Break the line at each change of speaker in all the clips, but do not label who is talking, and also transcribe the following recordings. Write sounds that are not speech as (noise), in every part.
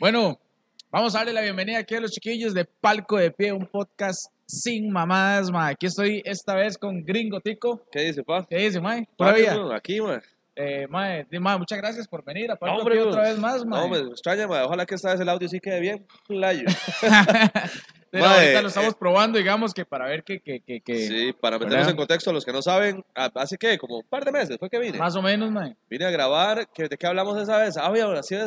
Bueno, vamos a darle la bienvenida aquí a los chiquillos de Palco de Pie, un podcast sin mamadas, ma. Aquí estoy esta vez con Gringo Tico.
¿Qué dice, pa?
¿Qué dice, mae?
Pa,
Todavía.
weón, Aquí, man.
Eh, mae, di- mae, muchas gracias por venir a Palco de
hombre,
Pie
weón.
otra vez más,
No,
mae.
me extraña, man. Ojalá que esta vez el audio sí quede bien
(laughs)
playo.
Pero
Mae,
ahorita lo estamos
eh,
probando, digamos, que para ver que, que, que, que-
Sí, para meternos
¿verdad?
en contexto a los que no saben, a- hace que como un par de meses fue que vine.
más o menos, mae.
Vine a grabar, que, ¿de qué hablamos esa vez? Ah, había,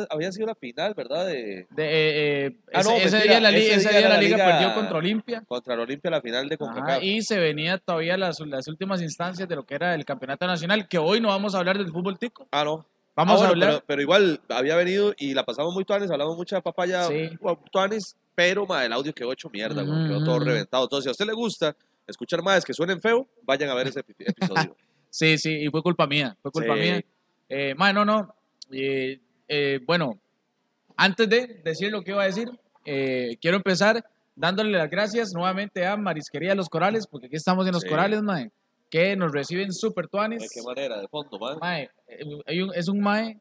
había sido la final, ¿verdad? De,
De, eh, eh,
Ah,
ese,
no,
ese
mentira,
día la, li-
ese
ese
día
día
era
la
la
liga,
liga-
perdió contra Olimpia.
contra la Olimpia, la final de
Ajá,
CONCACAF.
y se venía todavía las, las últimas instancias de lo que era el campeonato nacional, que hoy no vamos a hablar del fútbol tico.
Ah, no.
Vamos a
Ah, bueno,
hablar.
Pero, pero igual había venido y la pasamos muy tuanes, hablamos mucha papaya
Sí.
guau, tuanes, pero ma, el audio quedó hecho mierda, weón,
Ujú,
quedó todo
ujú.
reventado. Entonces, si a usted le gusta escuchar más que suenen feo, vayan a ver ese epi- episodio.
(laughs) Sí, sí, y fue culpa mía, fue culpa
Sí.
mía. Eh, mae, no, no. eh, eh, bueno, antes de decir lo que iba a decir, eh, quiero empezar dándole las gracias nuevamente a Marisquería Los Corales, porque aquí estamos en Los
Sí.
Corales, mae, que nos reciben super
¿De
tuanes.
qué manera? De fondo, man.
Mae, eh, hay un- es un mae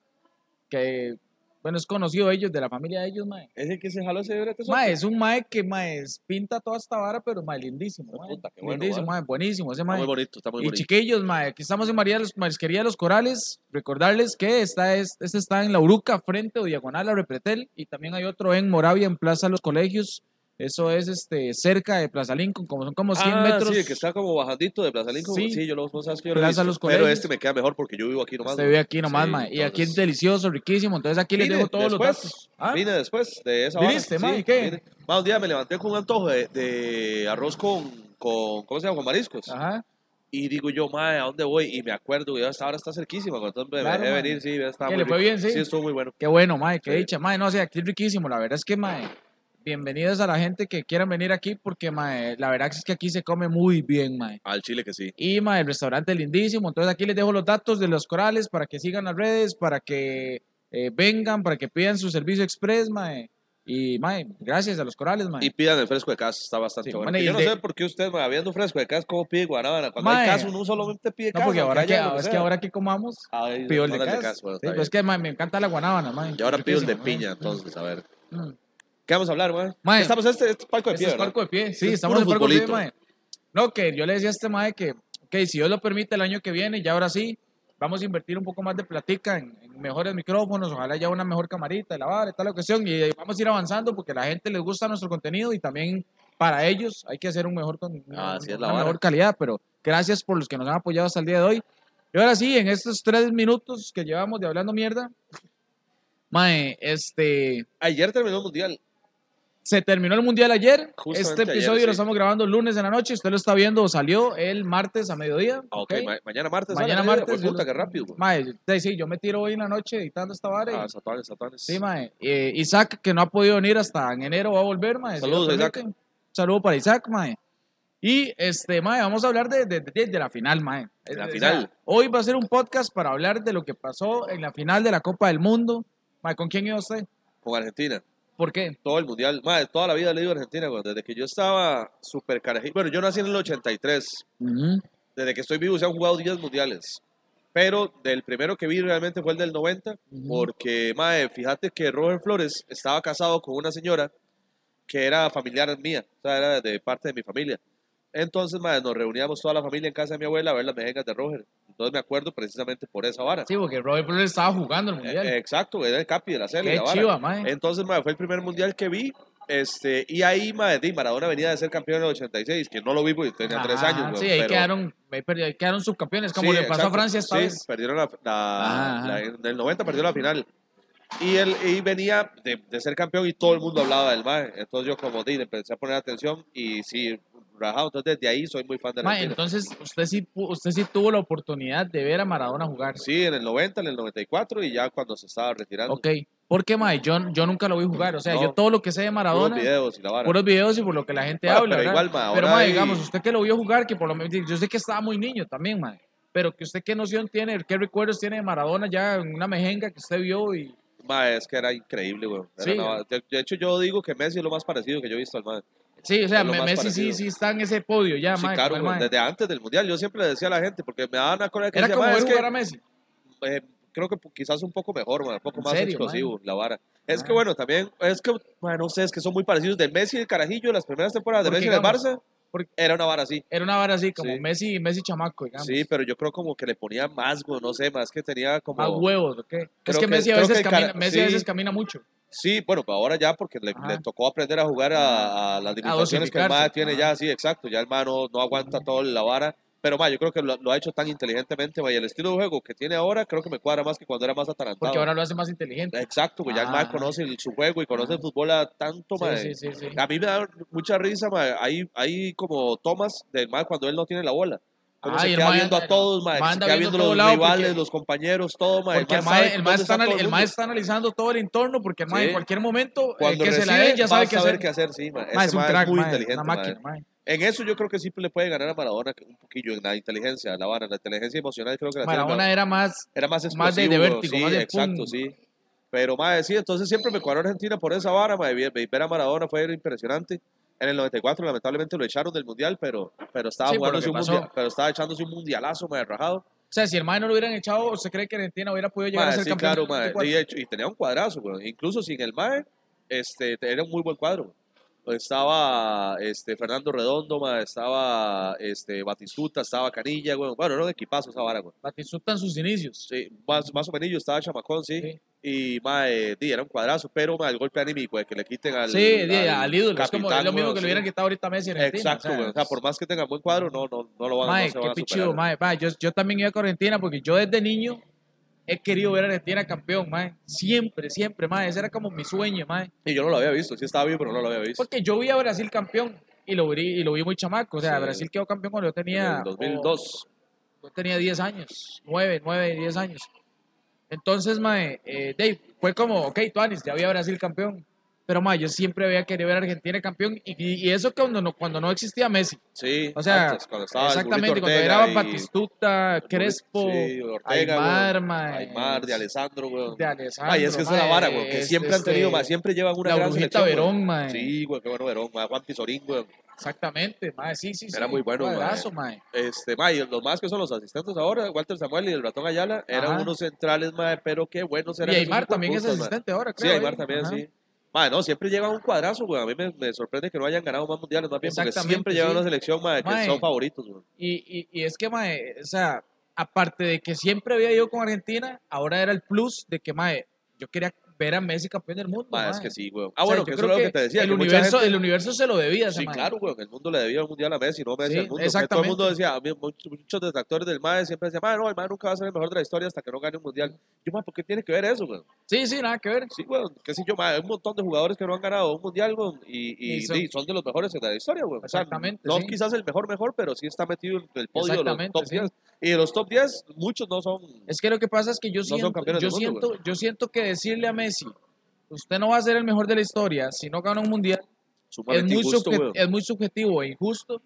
que, bueno, es conocido de ellos, de la familia de ellos, mae.
¿Es el que se jaló ese brete? sopa?
Mae, es un mae que mae, es- pinta toda esta vara, pero mae, lindísimo.
Hijo de
mae.
puta, qué bueno,
lindísimo, mae, buenísimo ese
Está
mae.
muy bonito, está muy
Y
bonito.
chiquillos, mae, aquí estamos en María de los, Marisquería de los Corales. Recordarles que esta es, este está en La Uruca, frente o diagonal a Repretel. Y también hay otro en Moravia, en Plaza Los Colegios. Eso es este, cerca de Plaza Lincoln, como son como 100
ah,
metros.
sí, el que está como bajandito de Plaza Lincoln.
Sí.
Sí, yo lo, vos sabes que yo lo he
Plaza
visto,
Los
Pero
Colegios. Este
este me queda mejor porque yo vivo aquí nomás.
Se vive aquí nomás,
Sí,
mae. Y aquí es
entonces-
delicioso, riquísimo. Entonces aquí les
Vine
dejo todos
después,
los datos. ¿Ah?
Vine después de esa hora.
¿Viniste, ma? ¿Y qué?
un día me levanté con un antojo de, de arroz con, con, ¿cómo se llama? Con mariscos.
Ajá.
Y digo yo, madre, ¿a dónde voy? Y me acuerdo, que esta hora está cerquísima. cuando Entonces me
Claro,
dejé
ma.
venir, sí, está
¿Qué,
muy
le fue
rico.
bien, sí?
Sí, estuvo muy bueno.
Qué bueno, mae, qué
Sí.
dicha. Mae, no, o sea, aquí es riquísimo. La verdad es que, mae, bienvenidos a la gente que quieran venir aquí porque, mae, la verdad es que aquí se come muy bien, mae.
Al chile que sí.
Y, mae, el restaurante es lindísimo. Entonces aquí les dejo los datos de los corales para que sigan las redes, para que eh, vengan, para que pidan su servicio express, mae. Y, mae, gracias a los corales, mae.
Y pidan el fresco de casa, está bastante
Sí,
bueno.
bueno, y
Que yo
el
no
de-
sé por qué usted, ma, habiendo fresco de casa, ¿cómo pide guanábana? Cuando
Ma,
hay caso, uno solamente pide
no,
casa.
porque ahora
aunque
que,
haya lo
es que
sea.
ahora que comamos,
Ay,
pido el de
manda
cas.
cas, bueno,
Sí, pues,
está
pero es
bien.
que, mae, me encanta la guanábana, mae.
Y ahora pido el de
Riquísimo, mae.
piña, entonces, a ver.
Mm.
¿Qué vamos a hablar, man?
Ma,
Estamos este, este es palco de
Este
pie,
es
¿verdad?
parco de pie. Sí,
Este es
estamos en
puro
el parco de pie, mae.
futbolito.
No, que yo le decía a este mae que, ok, si Dios lo permite el año que viene, ya ahora sí, vamos a invertir un poco más de platica en, en mejores micrófonos, ojalá ya una mejor camarita, y la vara, y tal la cuestión, y eh, vamos a ir avanzando porque la gente les gusta nuestro contenido y también para ellos hay que hacer un mejor con,
Ah, así es la
una
vara.
mejor calidad, pero gracias por los que nos han apoyado hasta el día de hoy. Y ahora sí, en estos tres minutos que llevamos de hablando mierda, mae, este,
Ayer terminó el mundial.
se terminó el mundial ayer.
Justamente
este
ayer,
episodio lo
sí.
estamos grabando el lunes en la noche. Usted lo está viendo o salió el martes a mediodía.
Ah, ok,
¿ok?
ma- mañana martes.
Mañana
sale, madre,
martes,
Pues, puta,
yo-
qué rápido, güey.
Mae, te- sí, yo me tiro hoy en la noche editando esta vara. y-
Ah, satanes, satanes.
sí, mae. Eh, Isaac, que no ha podido venir hasta en enero, va a volver, mae. si
Saludos,
lo
Isaac.
permiten. Un saludo para Isaac, mae. Y, este, mae, vamos a hablar de, de- de- de la final, mae.
De la
O sea,
final.
hoy va a ser un podcast para hablar de lo que pasó en la final de la Copa del Mundo. Mae, ¿con quién iba usted?
Con Argentina.
¿Por qué?
Todo el mundial. Madre, toda la vida le digo a Argentina, güey. Desde que yo estaba súper carajillo. Bueno, yo nací en el 83.
Ujú.
Desde que estoy vivo se han jugado 10 mundiales. Pero del primero que vi realmente fue el del 90.
Ujú.
Porque, madre, fíjate que Roger Flores estaba casado con una señora que era familiar mía. O sea, era de parte de mi familia. Entonces, madre, nos reuníamos toda la familia en casa de mi abuela a ver las mejengas de Roger. Entonces me acuerdo precisamente por esa vara.
Sí, porque Robert Flores estaba jugando el mundial.
Eh, Exacto, era el capi de la serie.
Qué chiva, mae.
Entonces, mae, fue el primer mundial que vi. Este, y ahí, mae, di, Maradona venía de ser campeón en el 86, que no lo vi porque tenía tres
Ajá,
años. weón,
Ah, Sí, ahí,
pero-
quedaron, ahí perdi- ahí quedaron subcampeones, como
Sí,
le pasó a
exacto,
Francia esta
sí,
vez.
perdieron la, la-
Ajá,
la-
ajá.
en el 90 perdió la final. Y él y venía de, de ser campeón y todo el mundo hablaba del mae. Entonces yo como di, le empecé a poner atención y sí, rajado. Entonces desde ahí soy muy fan de
Ma,
Argentina.
entonces, usted sí, pu- usted sí tuvo la oportunidad de ver a Maradona jugar.
Sí, en el 90, en el 94 y ya cuando se estaba retirando.
Ok. Porque, mae, yo, yo nunca lo vi jugar. O sea,
No.
yo todo lo que sé de
puros
Maradona,
videos y la vara.
puros videos y por lo que la gente
Bueno,
habla.
pero
¿verdad?
igual, ma,
pero,
ahora
ma,
hay-
digamos, usted que lo vio jugar, que por lo menos, yo sé que estaba muy niño también, mae. Pero que usted qué noción tiene, qué recuerdos tiene de Maradona ya en una mejenga que usted vio y...
Ma, es que era increíble, güey. Era
Sí.
una- de, de hecho, yo digo que Messi es lo más parecido que yo he visto al man.
Sí, o sea,
Es lo
Me-
más
Messi sí,
parecido.
sí está en ese podio ya,
sí,
mae,
claro,
con el
güey.
mae.
Desde antes del Mundial, yo siempre le decía a la gente, porque me daban a correr que
Era
decía,
como
"Ma,
ver
es
jugar a
que,
Messi.
eh, creo que quizás un poco mejor, mae, un poco
¿En
más
serio,
explosivo la vara. Es que
Ah.
bueno, también, es que, mae, no sé, es que son muy parecidos del Messi y el Carajillo, las primeras temporadas de
Porque,
Messi en el
digamos,
Barça,
porque-
era una vara así.
Era una vara así, como
Sí.
Messi, Messi chamaco, digamos.
Sí, pero yo creo como que le ponía más, güey, no sé, más que tenía como...
Más huevos, ¿ok? Es
Creo
que,
que-
Messi, a
creo
veces,
que el
camina,
cara-
Messi a
sí.
veces camina mucho.
Sí, bueno, pero ahora ya porque le,
Ajá.
le tocó aprender a jugar a, a las limitaciones que el
Ah. dosificarse. Ah.
MAD tiene
Ajá.
ya, sí, exacto, ya el MAD no, no aguanta todo la vara, pero ma, yo creo que lo, lo ha hecho tan inteligentemente, ma, y el estilo de juego que tiene ahora creo que me cuadra más que cuando era más atarantado.
Porque ahora lo hace más inteligente.
Exacto, güey, ya el
Ah.
MAD conoce el- su juego y conoce el fútbol a tanto, ma,
Sí, sí, sí, sí.
a mí me da mucha risa, ma, hay, hay como tomas del MAD cuando él no tiene la bola. Cómo
Ah, y
se
el
queda
mae
viendo a
anda-
todos, ma,
mae
se
anda
queda
viendo
viendo
todo
los
lado porque-
rivales, los compañeros, todo, ma,
Porque el
mae sabe
mae, el mae
dónde
está,
está todo
anal- el
mundo.
mae está analizando todo el entorno porque el mae
Sí.
en cualquier momento eh,
Cuando
que se la
recibe,
den ya
va
sabe
a
qué
saber
hacer.
qué hacer, sí, ma.
Mae,
Ese
es un
ma
crack,
muy
mae,
inteligente,
una
ma.
máquina, mae.
En eso yo creo que sí le puede ganar a Maradona un poquillo en la inteligencia, a la vara, la inteligencia emocional creo que la tiene
Maradona
Maradona.
era más
era más explosivo,
más de- de vértigo,
sí,
más de
exacto,
pum.
sí. Pero ma, sí, entonces siempre me cuadró Argentina por esa vara, ma, y ver y ver a Maradona fue impresionante. En el 94 lamentablemente lo echaron del mundial, pero pero estaba
Sí, por lo
jugándose
que
un
pasó.
mundial, pero estaba echándose un mundialazo, ma, de rajado.
O sea, si el mae no lo hubieran echado, ¿usted cree que Argentina hubiera podido llegar
Ma,
a ser
sí,
campeón?
claro,
del
ma,
94?
y, de hecho- y tenía un cuadrazo, güey. incluso sin el MAE, este, era un muy buen cuadro. Estaba este, Fernando Redondo, ma, estaba este, Batistuta, estaba Canilla, güey. bueno, era un equipazo esa vara, güey.
Batistuta en sus inicios.
Sí, más, más o menos yo estaba chamacón, sí,
Sí.
y ma, eh, di, era un cuadrazo, pero ma, el golpe anímico, de que le quiten al,
Sí, di, al, ídolo. Es como es lo
capitán,
mismo
güey,
que
sí.
le hubieran quitado ahorita a Messi. a Argentina,
Exacto, güey. o sea,
es-
por más que tenga buen cuadro, no, no, no lo van,
Mae,
no se van
qué
a
pichudo,
superar.
mae. Mae, Yo, yo también iba con Argentina porque yo desde niño he querido ver a Argentina campeón, mae. Siempre, siempre, mae. Ese era como mi sueño, mae.
Y yo no lo había visto, sí estaba bien, pero no lo había visto.
Porque yo vi a Brasil campeón y lo vi, y lo vi muy chamaco. O sea,
Sí.
Brasil quedó campeón cuando yo tenía... oh,
En 2002.
Yo tenía 10 años, 9, 9, 10 años. Entonces, mae, eh, Dave, fue como, ok, Tuanis, ya había Brasil campeón. Pero, mae, yo siempre había querido ver a Argentina campeón. Y, y- y eso cuando no, cuando no existía Messi.
Sí,
O sea,
antes, cuando estaba Ah, el
exactamente,
Burrito
cuando
Ortega
era
y-
Batistuta, Crespo,
sí, Ortega,
Aymar,
güey,
mae,
Aymar, de Alessandro, weón.
de Alessandro,
Ay, es que esa es la
mae,
vara, güey, que
este,
siempre han tenido,
este,
mae, siempre llevan una
la
gran
brujita
selección.
Verón,
güey.
mae.
Sí, güey, qué bueno Verón, mae, Juan Pizorín, güey.
Exactamente, mae, sí, sí, sí.
Era muy bueno, mae.
cuadrazo, mae.
Este, mae, y los más que son los asistentes ahora, Walter Samuel y el ratón Ayala, eran
Ajá.
unos centrales, mae, pero qué buenos eran.
Y
esos
Aymar también es
hijueputas, mae.
asistente ahora,
Sí,
creo.
Aymar
¿eh?
también,
Ajá.
sí. Mae, no, siempre llevan un cuadrazo, güey. A mí me, me sorprende que no hayan ganado más mundiales, más bien, porque
Exactamente,
siempre llevan
sí.
una selección, mae, que
Mae.
son favoritos, güey.
Y, y, y es que, mae, o sea, aparte de que siempre había ido con Argentina, ahora era el plus de que, mae, yo quería ver a Messi campeón del mundo.
Mae, es
mae.
que sí, güey.
O
Ah,
sea,
bueno,
yo
que eso
creo
era lo que te decía.
El,
que mucha
universo,
gente-
el universo se lo debía. a ese
Sí,
mae.
claro, güey. El mundo le debía el mundial a Messi, no Messi
Sí,
al mundo. que Todo el
exactamente.
mundo decía, a mí muchos, muchos detractores del MAE siempre decían, "Mae, no, el MAE nunca va a ser el mejor de la historia hasta que no gane un mundial. Yo, "Mae, ¿por qué tiene que ver eso, güey?
Sí, sí, nada que ver.
Sí, güey, qué sé yo, mae, hay un montón de jugadores que no han ganado un mundial, güey, y, y,
Y son-
sí, son de los mejores de la historia, güey. O sea,
Exactamente,
no
sí.
quizás el mejor mejor, pero sí está metido en el podio de los
Exactamente,
top
sí.
10. Y de los top 10, muchos no son...
Es que lo que pasa es que yo
son
siento,
campeones
yo,
del mundo,
siento, yo siento que decirle a Messi, usted no va a ser el mejor de la historia si no gana un mundial, es
sumamente
muy,
injusto,
subje-
güey.
es muy subjetivo e injusto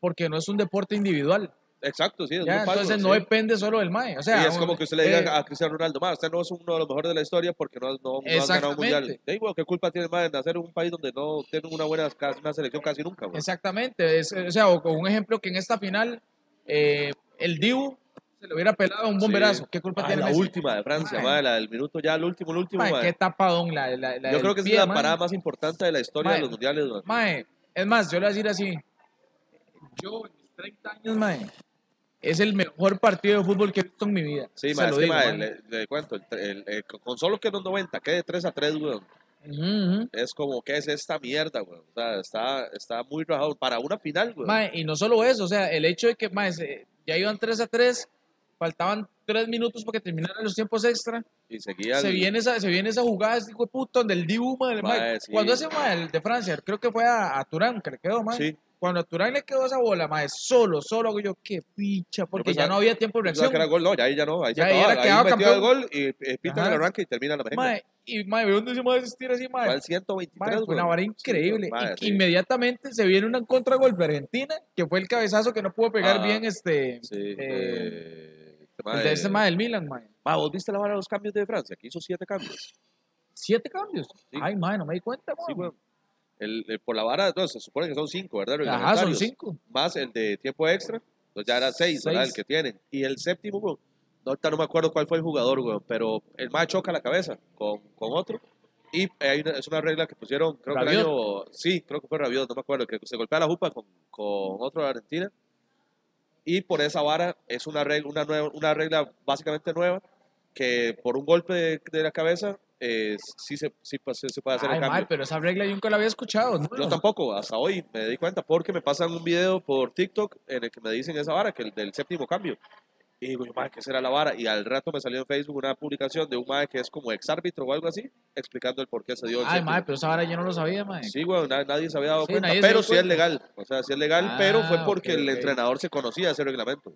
porque no es un deporte individual.
Exacto, sí. es
¿ya?
muy fácil,
Entonces
sí.
no depende solo del mae. O sea,
y es como que usted le diga "Ah,
eh,
a Cristiano Ronaldo, más usted no es uno de los mejores de la historia porque no, no, no has ganado un mundial.
Exactamente.
Ey, güey, ¿Qué culpa tiene más de nacer en un país donde no tienen una buena ca- una selección casi nunca? güey?
Exactamente, es- o sea, o con un ejemplo que en esta final eh, el Dibu se le hubiera pelado un bomberazo.
Sí.
¿Qué culpa
Ah,
tiene
la
Messi?
última de Francia,
Mae.
madre, la del minuto ya, el último, el último.
Mae,
madre.
qué tapadón la, la, la
Yo
del
creo que esa
pie,
es la
mae.
parada más importante de la historia
Mae.
de los mundiales. güey.
Mae, es más, yo le voy a decir así. Yo en mis 30 años, mae, es el mejor partido de fútbol que he visto en mi vida. Se
Sí, madre,
lo
es que,
digo,
madre,
mae.
le, le cuento, el, el- el- con solo que los 90 quede 3 a 3, güey.
Ujú, ujú.
Es como, ¿qué es esta mierda, güey? O sea, está, está muy rajado para una final, güey.
Mae, y no solo eso, o sea, el hecho de que mae, se- ya iban 3 a 3, faltaban 3 minutos para que terminaran los tiempos extra.
Y seguía.
se,
el-
viene esa, se viene esa jugada, ese hijo de puta, donde el Dibu, madre,
Mae,
mae.
sí.
Cuando ese mae, el de Francia, creo que fue a, a Turán que le quedó, mae.
Sí.
Cuando a Turán le quedó esa bola, mae, solo, solo, hago yo, qué picha, porque
pensaba-
ya no había tiempo de
Pensaba
reacción.
que era gol, no, ya ahí ya no, ahí se
Ya ahí era
acababa. Ahí
quedado
metió el
campeón.
gol y eh, pitan
Ajá.
el arranque y termina la mejenga.
Mae, y mae, ¿de dónde se mae se tira así, mae?
Fue al 123,
Mae, fue una
güey.
vara
Sí,
increíble.
mae,
Y-
sí.
Inmediatamente se viene un contragolpe argentina, que fue el cabezazo que no pudo pegar
Ah,
bien este.
Sí,
eh,
eh,
el de ese mae del Milan, mae.
Ma, ¿vos viste la vara de los cambios de Francia? Que hizo siete cambios.
Siete cambios.
Sí.
Ay, mae, no me di cuenta, mae.
Sí, güey. El, el- por la vara, no, se supone que son cinco, ¿verdad?
Ajá, son
Reglamentarios.
cinco.
Más el de tiempo extra, pues ya era seis, ¿verdad?
Seis.
El que tienen. Y el séptimo, güey, no, ahorita no me acuerdo cuál fue el jugador, weón, pero el más choca la cabeza con, con otro. Y hay una- es una regla que pusieron, creo que el año- sí, creo que fue Rabiot, no me acuerdo, que se golpea la jupa con, con otro de Argentina. Y por esa vara es una regla, una, nueva, una regla básicamente nueva, que por un golpe de, de la cabeza eh, sí, se, sí pa- se- se puede hacer
Ay,
el cambio.
mae, pero esa regla yo nunca la había escuchado. ¿no?
Yo tampoco, hasta hoy me di cuenta porque me pasan un video por TikTok en el que me dicen esa vara, que el del séptimo cambio. Y digo, yo, "Mae, ¿qué será la vara? Y al rato me salió en Facebook una publicación de un mae que es como ex árbitro o algo así, explicando el por qué se dio el
Ay,
séptimo.
mae, pero esa vara yo no lo sabía, mae.
Sí, güey, na- nadie se había dado
Sí,
cuenta,
nadie se
pero
dio
sí es
cuenta.
legal. O sea, sí es legal, pero fue
Ah,
porque
ok,
el
ok.
entrenador se conocía ese reglamento.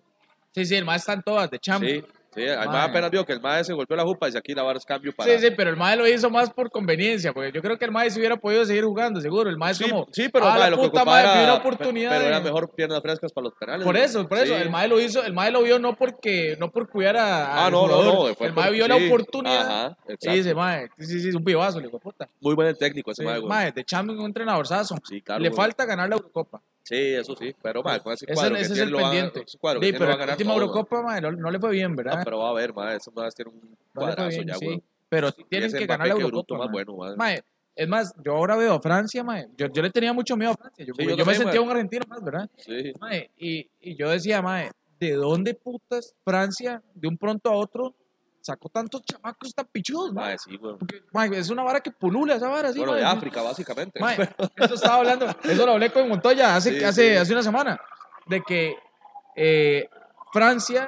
Sí, sí, el mae está en todas, de chamba.
Sí,
Sí.
sí, el mae
Ah, Mae.
apenas vio que el mae se golpeó la jupa y dice, aquí la vara es cambio para...
Sí, pero el mae lo hizo más por conveniencia, porque yo creo que el mae se hubiera podido seguir jugando, seguro. El mae es
Sí,
como,
sí, pero
ah,
mae,
la
lo que
puta,
ocupaba
mae, vi
era-
una
pe-
oportunidad.
Pero era
de-
mejor piernas frescas para los penales.
Por
güey.
eso, por eso.
Sí.
El mae lo hizo, el mae lo vio no porque, no por cuidar a.
Ah,
al
no, no,
jugador.
no. fue
El mae
por-
vio la
sí,
oportunidad.
Ajá,
y
exacto.
dice, mae, sí, sí, es un pibazo, le digo, puta.
Muy buen técnico ese
Sí,
mae, güey.
mae, de chamba un entrenadorzazo.
Sí, claro,
le
güey.
falta ganar la Eurocopa.
Sí, eso sí. Pero, mae, con ese
Ese,
cuadro. que
ese es
tiene
el
lo va-
pendiente.
ese cuadro que
Sí,
tiene
pero
lo va a
la
ganar
última
todo, güey.
Eurocopa, mae, no, no le fue bien, ¿verdad?
No, pero va a ver, mae. Esos maes tienen un
No le fue
cuadrazo
bien,
ya,
sí.
güey.
Pero
Y
tienen
ese
que
Mbappé,
ganar la
qué
Eurocopa.
bruto más
mae.
bueno, mae.
Mae, es más, yo ahora veo a Francia, mae. Yo, yo le tenía mucho miedo a Francia. Yo,
Sí, yo
yo me
también,
sentía
mae.
un argentino más, ¿verdad?
Sí.
Mae, y, y yo decía, mae, ¿de dónde putas Francia, de un pronto a otro, sacó tantos chamacos tan pichudos, mae?
Mae, sí, güey.
Porque, mae, es una vara que pulula esa vara, sí,
Bueno,
mae.
de África, básicamente.
Mae, eso estaba hablando, eso lo hablé con Montoya hace,
Sí,
hace,
sí.
hace una semana, de que eh, Francia,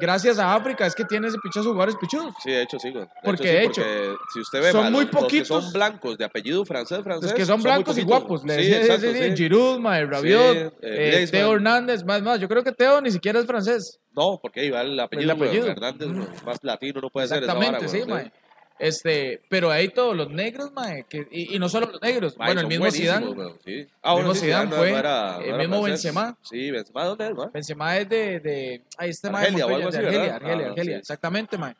gracias a África, es que tiene ese pichazo de jugadores pichudos.
Sí, de hecho, sí, güey.
Porque,
sí,
de hecho,
porque si usted ve,
son
mae,
muy
los- los que son
poquitos.
blancos, de apellido francés, francés.
Los que son
muy
blancos y
poquitos.
guapos. Le
Sí,
decía, sí,
exacto,
sí, sí,
sí.
Giroud, mae, Rabiot,
eh,
eh,
Griezmann.
Teo Hernández, más, más. Yo creo que Teo ni siquiera es francés.
No, porque ahí va el apellido, güey,
apellido.
Hernández, güey, más latino no puede ser esa vara,
Exactamente,
güey,
sí, mae. Este, pero ahí todos los negros, mae, que- y, y no solo los negros.
Mae,
bueno, el
son
mismo
buenísimos,
Zidane,
weón, sí. Ah,
mismo Zidane
Zidane
fue,
era-
el
era
mismo
francés.
Benzema.
Sí, Benzema, ¿dónde es, mae?
Benzema es de, de ahí este mae de
Argelia o
Montoya,
algo
de
así,
Argelia,
¿verdad?
Argelia,
Ah,
Argelia,
sí.
exactamente, mae.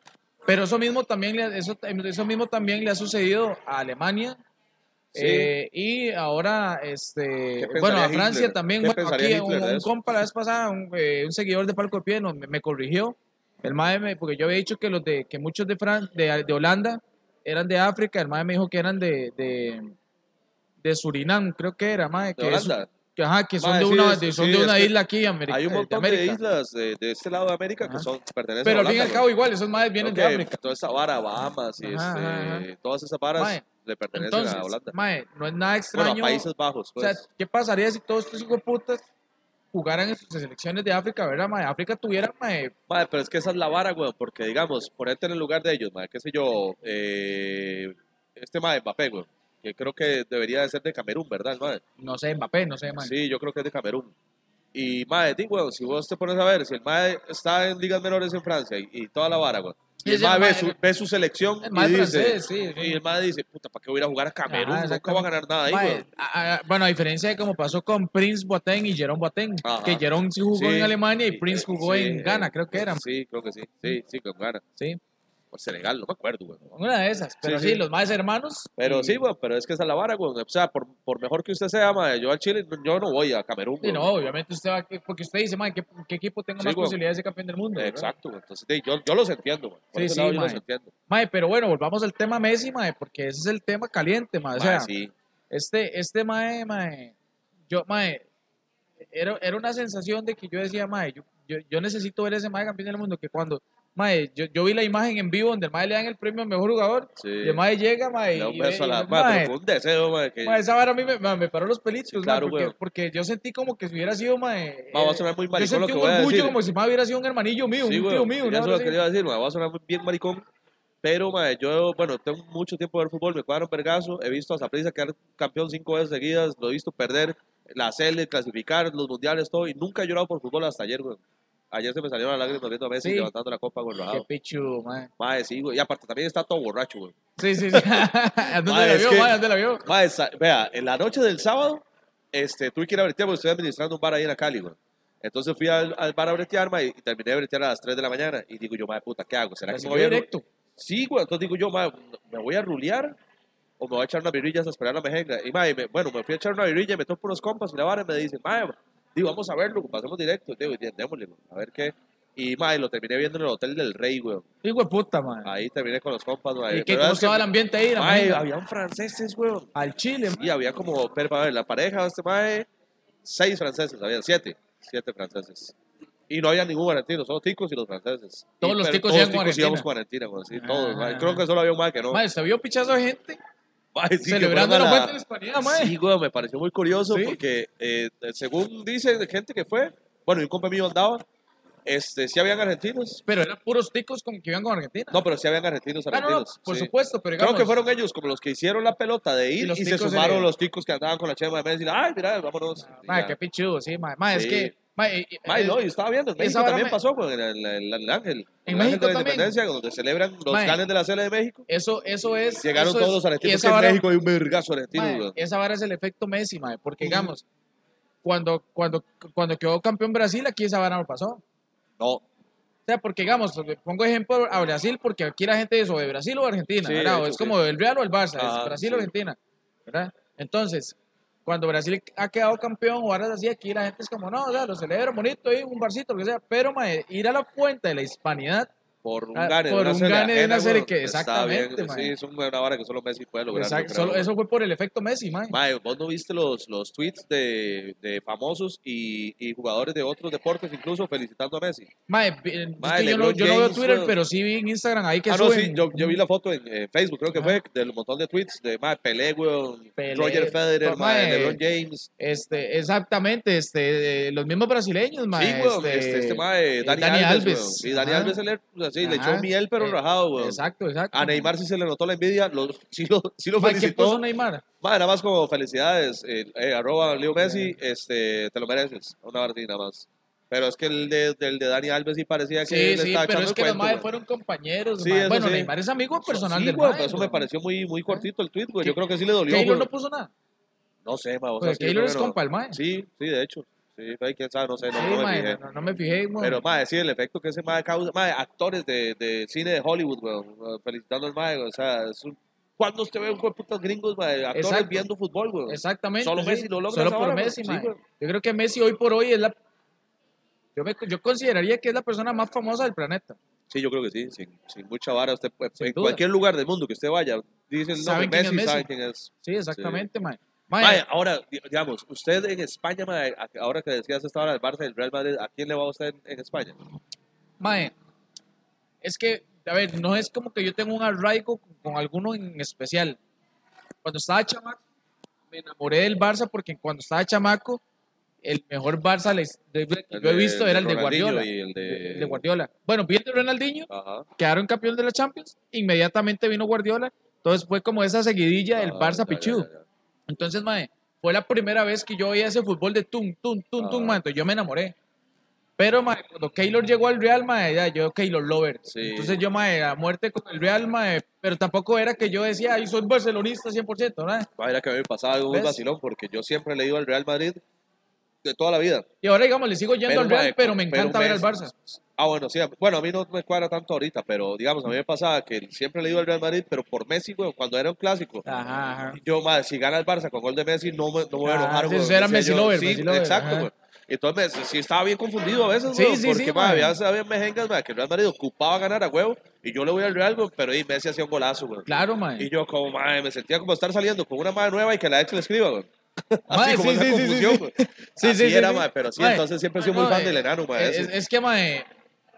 Pero eso mismo también le, ha- eso, eso mismo también le ha sucedido a Alemania.
Sí.
eh, y ahora, este,
pensaría
bueno, a
Hitler?
Francia también.
¿Qué
Bueno,
pensaría
aquí
Hitler
un,
de
un
eso?
compa la vez pasada, un, eh, un seguidor de Palco de Pie, nos- me, me corrigió. El mae me- porque yo había dicho que los de que muchos de Fran, de, de Holanda eran de África. El mae me dijo que eran de, de, de Surinam, creo que era, mae.
¿De
que es-
Holanda?
que, ajá, que son
Mae,
de
sí,
una,
es-
de- son
sí,
de
es
una
que
isla aquí, Ameri-
Hay un
eh, de
montón de,
América.
islas de, de este lado de América que
Ajá.
son, pertenecen
Pero
a
al fin y
Holanda,
al cabo, igual, esos maes vienen de África.
Toda esa vara, Bahamas y
Ajá, ajá,
este, todas esas varas
Mae,
le pertenecen
Entonces,
a Holanda.
mae, no es nada
bueno,
extraño.
a Países Bajos,
O
pues.
sea, ¿qué pasaría si todos estos hijos putas jugaran en sus selecciones de África, verdad, mae? África tuviera, mae,
Mae, pero es que esa es la vara, güey, porque digamos, ponerte en el lugar de ellos, mae, qué sé yo, eh, este mae Mbappé, güey, que creo que debería de ser de Camerún, ¿verdad, el mae?
no sé, Mbappé, no sé, mae.
Sí, yo creo que es de Camerún. Y, mae, di, weón, si vos te pones a ver, si el mae está en ligas menores en Francia y, y toda la vara, weón. Y
Sí,
el
sí, el
mae ve
mae-
su, ve su selección
el
y
mae
dice,
francés, sí, sí.
y el mae dice, puta, ¿para qué voy a ir a jugar a Camerún?
Ajá,
Nunca va a ganar nada ahí, pues.
Mae,
weón.
a- a- bueno, a diferencia de como pasó con Prince Boateng y Jerome Boateng,
Ajá.
que Jerome sí jugó
Sí,
en Alemania y
sí,
Prince
eh,
jugó
sí,
en
eh,
Ghana, creo que eran,
Sí, creo que sí, sí, sí, con Ghana.
sí,
Por Senegal, no me acuerdo, weón.
una de esas. Pero
Sí,
sí,
sí.
los más hermanos.
Pero
y-
sí, güey, pero es que esa es la vara, güey. O sea, por, por mejor que usted sea, mae, yo al Chile, yo no voy a Camerún,
Sí,
güey.
no, obviamente usted va, aquí- porque usted dice, mae, ¿qué, qué equipo tengo
Sí,
más
weón.
posibilidades de ser campeón del mundo? ¿verdad?
Exacto, güey. Entonces, sí, yo, yo los entiendo, güey. Por
Sí,
ese
sí,
lado yo
mae.
los entiendo.
Mae, pero bueno, volvamos al tema Messi, mae, porque ese es el tema caliente, mae. O
Mae,
sea,
sí.
este, este mae, mae, yo, mae, era, era una sensación de que yo decía, mae, yo, yo, yo necesito ver ese mae campeón del mundo, que cuando, mae, yo, yo vi la imagen en vivo donde el mae le dan el premio al mejor jugador,
Sí.
y el mae llega, mae,
Le da un
y-
beso a
y-
pues, la
mae,
mae, pero con un deseo, mae, que
mae, esa vara a mí me, mae, me paró los pelitos,
Sí,
mae,
claro,
porque,
weón.
porque yo sentí como que si hubiera sido, mae,
Mae, va a
eh,
sonar muy
yo
maricón
sentí
lo que
un
voy a
orgullo
decir.
como si mae hubiera sido un hermanillo mío,
Sí,
un
güey.
tío mío, una
Ya eso es
vara
lo que
así.
le iba a decir, mae, va a sonar muy bien maricón. Pero, mae, yo, bueno, tengo mucho tiempo de ver fútbol, me cuadro un vergazo. He visto a Zaprisa quedar campeón cinco veces seguidas, lo he visto perder la L, clasificar, los mundiales, todo. Y nunca he llorado por fútbol hasta ayer, güey. Ayer se me salieron las lágrimas viendo a Messi
Sí.
levantando la copa, güey. enojado.
Qué pichudo, mae.
Mae, sí, güey. Y aparte también está todo borracho, güey.
Sí,
(laughs)
sí, (laughs) sí. Ande
Mae,
la
es
vio,
que-
mae, ande la vio.
Mae, sa- vea, en la noche del sábado, este, tuve que ir a bretear porque estoy administrando un bar ahí en la Cali, güey. Entonces fui al, al bar a bretear, mae, y terminé de bretear a las 3 de la mañana. Y digo yo, mae, puta, ¿qué hago? ¿Será
La
que me
siguió
voy a...
directo.
Sí, güey. Entonces digo yo, mae, ¿me voy a rulear? ¿O me voy a echar unas virillas a esperar la mejenga? Y, mae, me- bueno, me fui a echar una virilla y me topo unos compas y la vara y me dicen, mae, digo, vamos a verlo, pasemos directo. Digo, y démosle, güey, a ver qué. Y, mae, lo terminé viendo en el Hotel del Rey, weón.
Hijo de puta, mae.
Ahí terminé con los compas, mae.
¿Y qué?
Pero
¿Cómo
es
estaba
que-
el ambiente ahí? la
Mae,
mierda?
habían franceses, weón.
Al Chile, mae.
Y había como, pero para ver, la pareja, este mae, seis franceses, habían siete, siete franceses. Y no había ningún argentino, solo ticos y los franceses.
Todos
Y,
los
pero
ticos
todos
iban con
ticos
Argentina.
íbamos con Argentina, weón, sí, todos,
Ah.
mae. Creo que solo había un mae que no.
Mae, se vio pichazo de gente
Mae, sí, que
celebrando
fueron
la
a
fuente de la hispanidad, mae.
Sí, güey, me pareció muy curioso
Sí.
porque eh, según dice gente que fue, bueno, y un compa mío andaba, este, sí habían argentinos.
Pero eran puros ticos con, que iban con Argentina.
No, pero sí habían argentinos,
Ah, no, no,
argentinos.
por
sí.
supuesto, pero digamos.
Creo que fueron ellos como los que hicieron la pelota de
Y
ir
los
y, se
ticos
sumaron
en el-
los ticos que andaban con la chema de Messi. Ay, mira, vámonos. Y
Mae,
ya.
qué pichudo, sí, mae. Mae, es
Sí.
que. Mae, y- y-
Mae, no, yo estaba viendo, en México
Eh, vara
también
me-
pasó con el, el- el- el Ángel.
En
el Ángel
México
de
también.
la Independencia, donde celebran los
Mae.
ganes de la Sele de México.
Eso, eso es.
Llegaron
eso
todos
es-
los
y
argentinos,
esa
que en
vara-
México hay un vergazo argentino.
Mae,
güey.
esa vara es el efecto Messi, mae, porque
Ujú.
digamos, cuando, cuando, cuando quedó campeón Brasil, aquí esa vara no pasó. O
No,
sea, porque digamos, le pongo ejemplo a Brasil, porque aquí la gente es o de Brasil o Argentina,
Sí,
¿verdad? O
eso
es
sí.
como el Real o el Barça,
Ah,
es Brasil
sí.
o Argentina, ¿verdad? Entonces, cuando Brasil ha quedado campeón o varas así, aquí la gente es como, no, o sea, lo celebran bonito, y un barcito, lo que sea, pero mae, ir a la fuente de la hispanidad,
por un
Ah,
gane
por
de una
un
serie.
gane de
ajena,
una serie
güey,
que-
está
exactamente,
bien,
man.
Sí, es una vara que solo Messi puede lograr. yo
exacto,
creo,
solo-
güey.
eso fue por el efecto Messi, mae.
Mae, vos no viste los, los tweets de, de famosos y, y jugadores de otros deportes, incluso felicitando a Messi.
Mae, eh, es
Mae,
que yo, no,
LeBron
yo no veo
James,
Twitter,
weón.
pero sí vi en Instagram ahí que
ah, no,
suben.
sí, yo, yo vi la foto en eh, Facebook, creo que
Ah.
fue, del montón de tweets de mae, Pelé, güey,
Pelé,
Roger Federer,
mae.
mae, LeBron James.
Este, exactamente, este, eh, los mismos brasileños, mae.
sí, güey, este, este, mae,
eh,
Dani,
Dani
Alves.
Alves.
güey. Sí, Dani
Ajá.
Alves se le, o sea, sí, le
Ajá.
echó miel, pero
Eh,
rajado, güey.
Exacto, exacto.
A Neymar sí se le notó la envidia, lo, (laughs) sí, lo, sí lo
Mae, ¿qué
felicitó.
puso Neymar?
Madre, nada más como felicidades, eh, eh, arroba Leo Messi, este, te lo mereces, una partida nada más. Pero es que el de, del de Dani Alves sí parecía que
Sí,
le
sí,
estaba
pero
echando
es
el
que los
cuento.
maes
güey.
fueron compañeros.
Sí,
mae.
eso
Bueno,
sí.
Neymar es amigo personal
sí,
del
güey,
mae, Eh.
pero eso
güey.
me pareció muy, muy cortito el tweet, güey.
¿Qué-
Yo creo que sí le dolió,
Keylor
güey.
no puso nada. Pues
No sé, ma, vos
Porque
así, yo
Keylor
creo
es
que no.
compa del mae.
Sí, sí, de hecho. Sí, ay, quién sabe, no sé, no,
Sí,
no me
mae,
fijé.
no, no me fijé, güey.
Pero, madre, sí, el efecto que ese madre causa. Madre, actores de, de cine de Hollywood, güey, felicitando al madre, güey, o sea, es un- ¿cuándo usted ve un juego de putas gringos, madre, actores
Exacto.
viendo fútbol, güey?
Exactamente.
Solo
sí.
Messi lo logra
Solo
esa
por
vara,
Messi,
sí,
mae.
güey.
Yo creo que Messi hoy por hoy es la. Yo, me, yo consideraría que es la persona más famosa del planeta.
Sí, yo creo que sí, sin, sin mucha vara. Usted, puede-
Sin
en
duda.
cualquier lugar del mundo que usted vaya, dice el nombre
Saben quién es
Messi,
Messi.
saben quién es.
Sí, exactamente, mae. Mae,
Vaya, ahora, di- digamos, usted en España, mae, a- ahora que decías esta hora del Barça y del Real Madrid, ¿a quién le va a usted en, en España?
Mae, es que, a ver, no es como que yo tengo un arraigo con, con alguno en especial. Cuando estaba chamaco, me enamoré del Barça porque cuando estaba chamaco, el mejor Barça la his- de- que
El
yo he
de-
visto era el de
Ronaldinho
Guardiola.
y el de-
el de Guardiola. Bueno, viendo Ronaldinho,
Ajá.
quedaron campeón de la Champions, inmediatamente vino Guardiola, entonces fue como esa seguidilla del
Ah,
Barça
ya, ya,
Pichu.
ya, ya.
Entonces, mae, fue la primera vez que yo veía ese fútbol de tum, tum, tum, tum,
Ah.
mae, entonces yo me enamoré. Pero, mae, cuando Keylor llegó al Real, mae, ya, yo Keylor Lover.
Sí.
Entonces yo, mae, a muerte con el Real, mae, pero tampoco era que yo decía, ay, soy barcelonista 100%, ¿verdad?
Mae, Mira que a mí me pasaba algo muy
¿Ves?
vacilón, porque yo siempre le he ido al Real Madrid de toda la vida.
Y ahora, digamos, le sigo yendo al Real,
mae,
pero me encanta ver al
Messi-
Barça.
Ah, bueno, sí. a- Bueno, a mí no me cuadra tanto ahorita, pero digamos, a mí me pasaba que siempre le iba al Real Madrid, pero por Messi, güey, cuando era un clásico.
Ajá, ajá.
Yo, madre, si gana el Barça con gol de Messi, no me, no me voy a
Ah,
enojar,
sí,
güey.
eso era
Decía
Messi
yo,
lover,
sí,
Messi lover,
Exacto,
ajá.
güey. Entonces, me- sí estaba bien confundido a veces,
Sí,
güey,
sí,
porque,
sí,
madre,
madre.
había, había mejengas, madre, que el Real Madrid ocupaba ganar a huevo, y yo le voy al Real, güey, pero y Messi hacía un golazo, güey.
Claro, mae.
Y yo, como, madre, me sentía como estar saliendo con una madre nueva y que la ex le escriba, güey.
(laughs) Mae,
Así como
sí,
esa
sí, sí, sí,
confusión, pues.
sí.
güey.
Sí,
Así
sí, sí,
era,
sí.
madre, pero sí,
Mae,
entonces siempre he sido
no,
muy fan
eh,
del enano, madre.
Es,
ese.
es- es que, mae,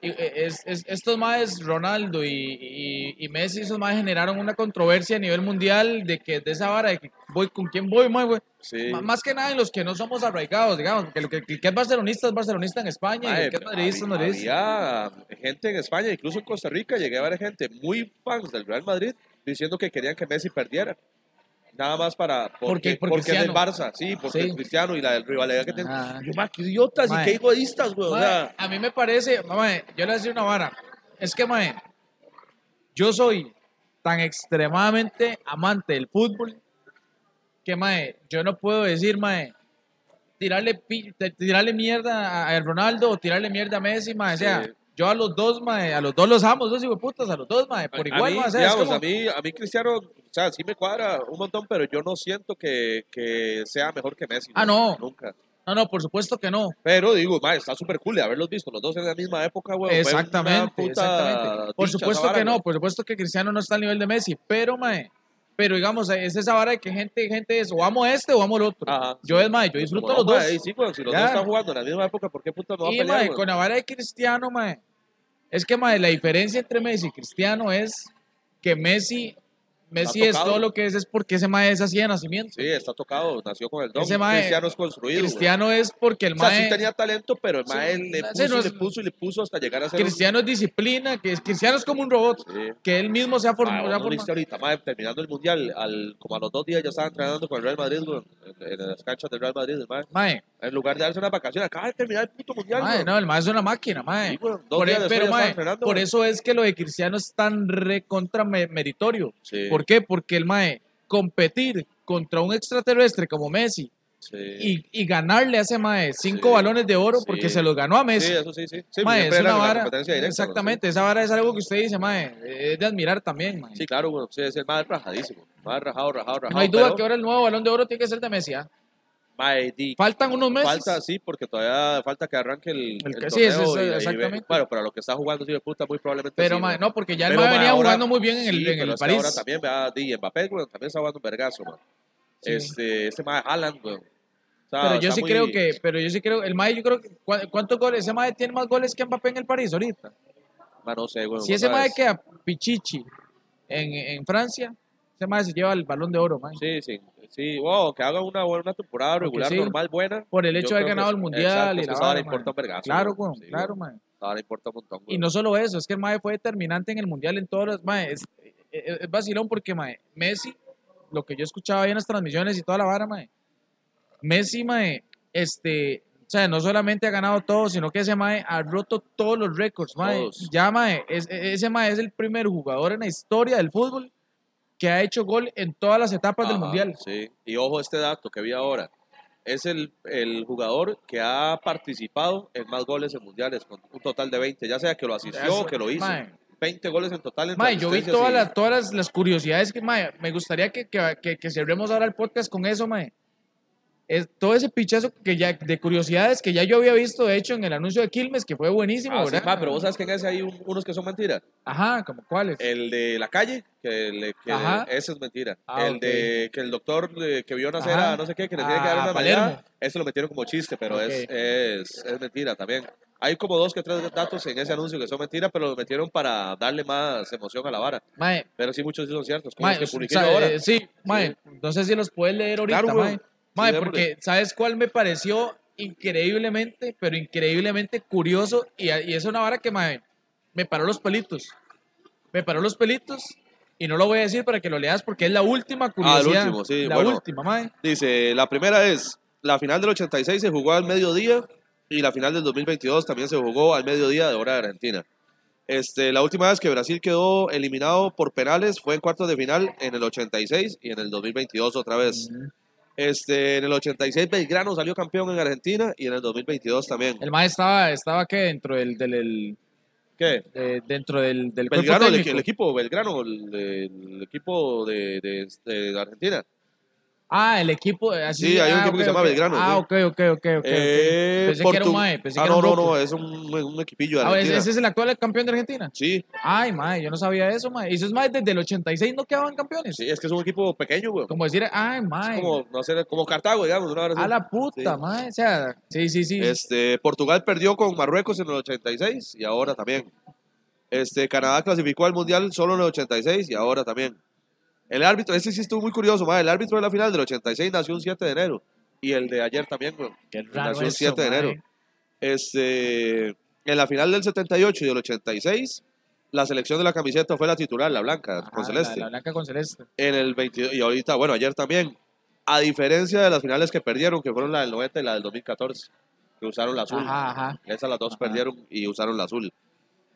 y- e, es- es- estos maes, Ronaldo y, y, y Messi, esos maes generaron una controversia a nivel mundial de que de esa vara de que voy con quién voy, mae, güey.
Sí.
M- Más que nada en los que no somos arraigados, digamos, porque lo que, el que es barcelonista es barcelonista en España y
Mae,
el que es madridista es
había-
madridista.
había gente en España, incluso en Costa Rica, llegué a ver gente muy fans del Real Madrid diciendo que querían que Messi perdiera. Nada más para.
Porque-
Porque,
por
porque es del
Cristiano.
Barça, sí, porque
Sí.
es cristiano y la rivalidad que tiene.
Ajá.
Y Yo, ma, qué idiotas
Mae.
y qué egoístas, güey. O
Mae,
sea,
a mí me parece, mae, yo le voy a decir una vara. Es que, mae, yo soy tan extremadamente amante del fútbol que, mae, yo no puedo decir, mae, tirarle, pi- te- tirarle mierda a- a Ronaldo o tirarle mierda a Messi, mae. O sea,
Sí.
yo a los dos, mae, a los dos los amo, dos putas, a los dos, mae, por
a-
igual,
a mí,
mae, o sea, es
digamos,
como-
a, mí, a mí Cristiano, o sea, sí me cuadra un montón, pero yo no siento que, que sea mejor que Messi.
Ah,
güey.
no.
Nunca.
No, no, por supuesto que no.
Pero digo, mae, está súper cool de haberlos visto los dos en la misma época, güey. Pues, fue una
exactamente,
puta
exactamente. Por
dicha esa
supuesto
vara,
que no,
güey.
por supuesto que Cristiano no está al nivel de Messi, pero mae, pero digamos, es esa vara de que gente, gente es o amo a este o amo al otro.
Ajá. Pues
Yo es mae, yo disfruto
Como,
los
no,
dos.
mae, sí, güey, si los
Ya.
dos están jugando en la misma época, ¿por qué puta me va a
y
pelear,
mae,
güey?
con la vara de Cristiano, mae, es que mae, la diferencia entre Messi y Cristiano es que Messi, Messi es
tocado.
todo lo que es, es porque ese mae es así de nacimiento.
Sí, está tocado, nació con el don.
Ese mae-
Cristiano es construido. güey.
Cristiano es porque el
O sea,
mae...
sí tenía talento, pero el
Sí,
mae le
sí,
puso,
no
y
es-
le puso y le puso hasta llegar a ser. un-
Cristiano es disciplina, que es, Cristiano es como un robot,
Sí.
que él mismo se ha
Ah,
formado.
vos no viste ahorita, mae, terminando el mundial, al, como a los dos días ya estaba entrenando con el Real Madrid, güey, en, en las canchas del Real Madrid, el mae.
Mae,
En lugar de darse una vacación, acaba de terminar el puto mundial.
mae,
güey.
no, el mae es una máquina, mae.
Sí, güey, dos
Por,
días
e- pero,
después ya estaba
mae,
entrenando,
por
güey.
eso es que lo de Cristiano es tan recontra me- meritorio.
Sí,
¿Por qué? Porque el mae competir contra un extraterrestre como Messi
sí.
y, y ganarle a ese mae cinco
Sí,
balones de oro
sí.
porque se los ganó a Messi.
Sí, eso sí, sí. Sí,
mae,
siempre
es
era
una
la
vara.
competencia directa, güey,
exactamente, esa vara es algo que usted dice, mae, eh, es de admirar también, mae.
Sí, Sí, claro, güey. Sí, es el más rajadísimo. Más rajado, rajado, rajado.
no hay duda
pero, Pues
que ahora el nuevo balón de oro tiene que ser de Messi. ¿ah?
mae, di-
Faltan unos meses.
Falta, sí, porque todavía falta que arranque el,
El
el
que-
torneo.
sí, es- es-
y ahí ve-
exactamente.
Bueno, pero a lo que está jugando, sí, de puta, muy probablemente
Pero,
sí,
mae,
güey.
no, porque ya el
Pero,
mae venía
ahora-
jugando muy bien en el,
sí,
en
pero
el
es que
París.
Ahora también, vea, di, Mbappé, güey, también está jugando un vergazo, man.
Sí.
Este, este mae Haaland, güey. O sea,
pero yo
está
sí
muy-
creo que, pero yo sí creo, el Mae, yo creo que, ¿cu- ¿cuántos goles? Ese Mae tiene más goles que Mbappé en el París ahorita.
Ma, no sé, güey.
si ese
¿sabes?
Mae queda pichichi en, en Francia, ese Mae se lleva el balón de oro, Mae.
Sí, sí. Sí, wow, que haga una buena temporada
Porque
regular,
sí.
normal, buena.
Por el hecho
Yo
de haber
creo que
ganado
sí.
el Mundial
Exacto,
y
es que
la
esa vara
vara,
importa
mae.
un vergazo,
Claro,
güey.
güey,
Sí,
claro,
güey.
Mae.
Ahora importa un montón, güey.
Y no solo eso, es que el Mae fue determinante en el Mundial en todas las, Mae, es, eh, es- es vacilón porque, Mae, Messi, lo que yo escuchaba ahí en las transmisiones y toda la vara, Mae, Messi, Mae, este, o sea, no solamente ha ganado todo, sino que ese Mae ha roto todos los récords, Mae.
Todos.
Ya, Mae, es- e- ese Mae es el primer jugador en la historia del fútbol que ha hecho gol en todas las etapas del
Ajá,
Mundial.
Sí, y ojo a este dato que vi ahora. Es el, el jugador que ha participado en más goles en mundiales, con un total de 20, ya sea que lo asistió o
Eso,
que lo hizo.
mae.
20 goles en total. entre
Mae, yo vi
asistencias
todas
y-
las, todas las, las curiosidades que, mae, me gustaría que, que, que, que cerremos ahora el podcast con eso, mae. Es, todo ese pichazo que ya, de curiosidades que ya yo había visto, de hecho, en el anuncio de Quilmes, que fue buenísimo,
Ah, sí,
¿verdad?
ma, pero vos Eh, sabes que en ese hay un- unos que son mentiras.
Ajá, como cuáles.
El de la calle, que, le- que
Ajá.
ese es mentira.
Ah,
el de que el doctor le- que vio nacer
Ajá.
a no sé qué, que le
A
tiene que dar una
Palermo.
medalla, ese lo metieron como chiste, pero
Ok.
es, es, es mentira también. Hay como dos que tres datos en ese anuncio que son mentiras, pero lo metieron para darle más emoción a la vara.
Mae,
Pero sí, muchos sí son ciertos. Como
mae,
los que
o sea,
publiqué yo ahora.
eh, sí, mae, no sé si los puedes leer ahorita,
Claro, güey.
mae. Mae,
démosle.
porque ¿sabes cuál me pareció increíblemente, pero increíblemente curioso? Y, a- y es una vara que, mae, me paró los pelitos. Me paró los pelitos y no lo voy a decir para que lo leas porque es la última curiosidad.
Ah, último, sí,
La
bueno.
última, mae.
Dice, la primera es, la final del 86 se jugó al mediodía y la final del 2022 también se jugó al mediodía de hora de Argentina. Este, la última vez que Brasil quedó eliminado por penales fue en cuartos de final en el 86 y en el 2022 otra vez. Este, en el 86 Belgrano salió campeón en Argentina y en el 2022 también.
El mae estaba, estaba que dentro del, del, del-
¿Qué?
de- dentro del, del cuerpo
Belgrano, el, equi-
técnico.
el equipo Belgrano, el, el equipo de, de- de Argentina.
Ah, el equipo, eh, así.
Sí, hay un
ah,
equipo que
ok,
se llama
ok.
Belgrano,
Ah,
sí.
ok, ok, ok, ok. ok.
Eh,
pensé que era un
Portu-
mae, pensé
ah,
que era un
no, no,
grupo.
no, es un, un equipillo de
Ah, ese
Argentina.
ese es el actual campeón de Argentina.
Sí,
Ay, mae, yo no sabía eso, mae. Y eso es mae, desde el 86 no quedaban campeones.
Sí, es que es un equipo pequeño, güey.
Como decir, ay,
Es
mae.
como, no sé, como Cartago, digamos. Una hora
A la puta,
(laughs) Sí.
mae. O sea, sí, sí, sí.
Este, Portugal perdió con Marruecos en el 86 y ahora también. Este, Canadá clasificó al Mundial solo en el 86 y ahora también. El árbitro, ese sí estuvo muy curioso, ma, el árbitro de la final del 86 nació un 7 de enero y el de ayer también, güey.
Qué
nació el
eso,
7 de
mae.
enero. Este, en la final del 78 y del 86, la selección de la camiseta fue la titular, la blanca,
Ajá,
con
Ah, la-
celeste.
La, blanca con celeste.
en el 22 y ahorita, bueno, ayer también. A diferencia de las finales que perdieron, que fueron la del 90 y la del 2014, que usaron la azul.
Ajá, ajá.
Esas las dos
Ajá.
perdieron y usaron la azul.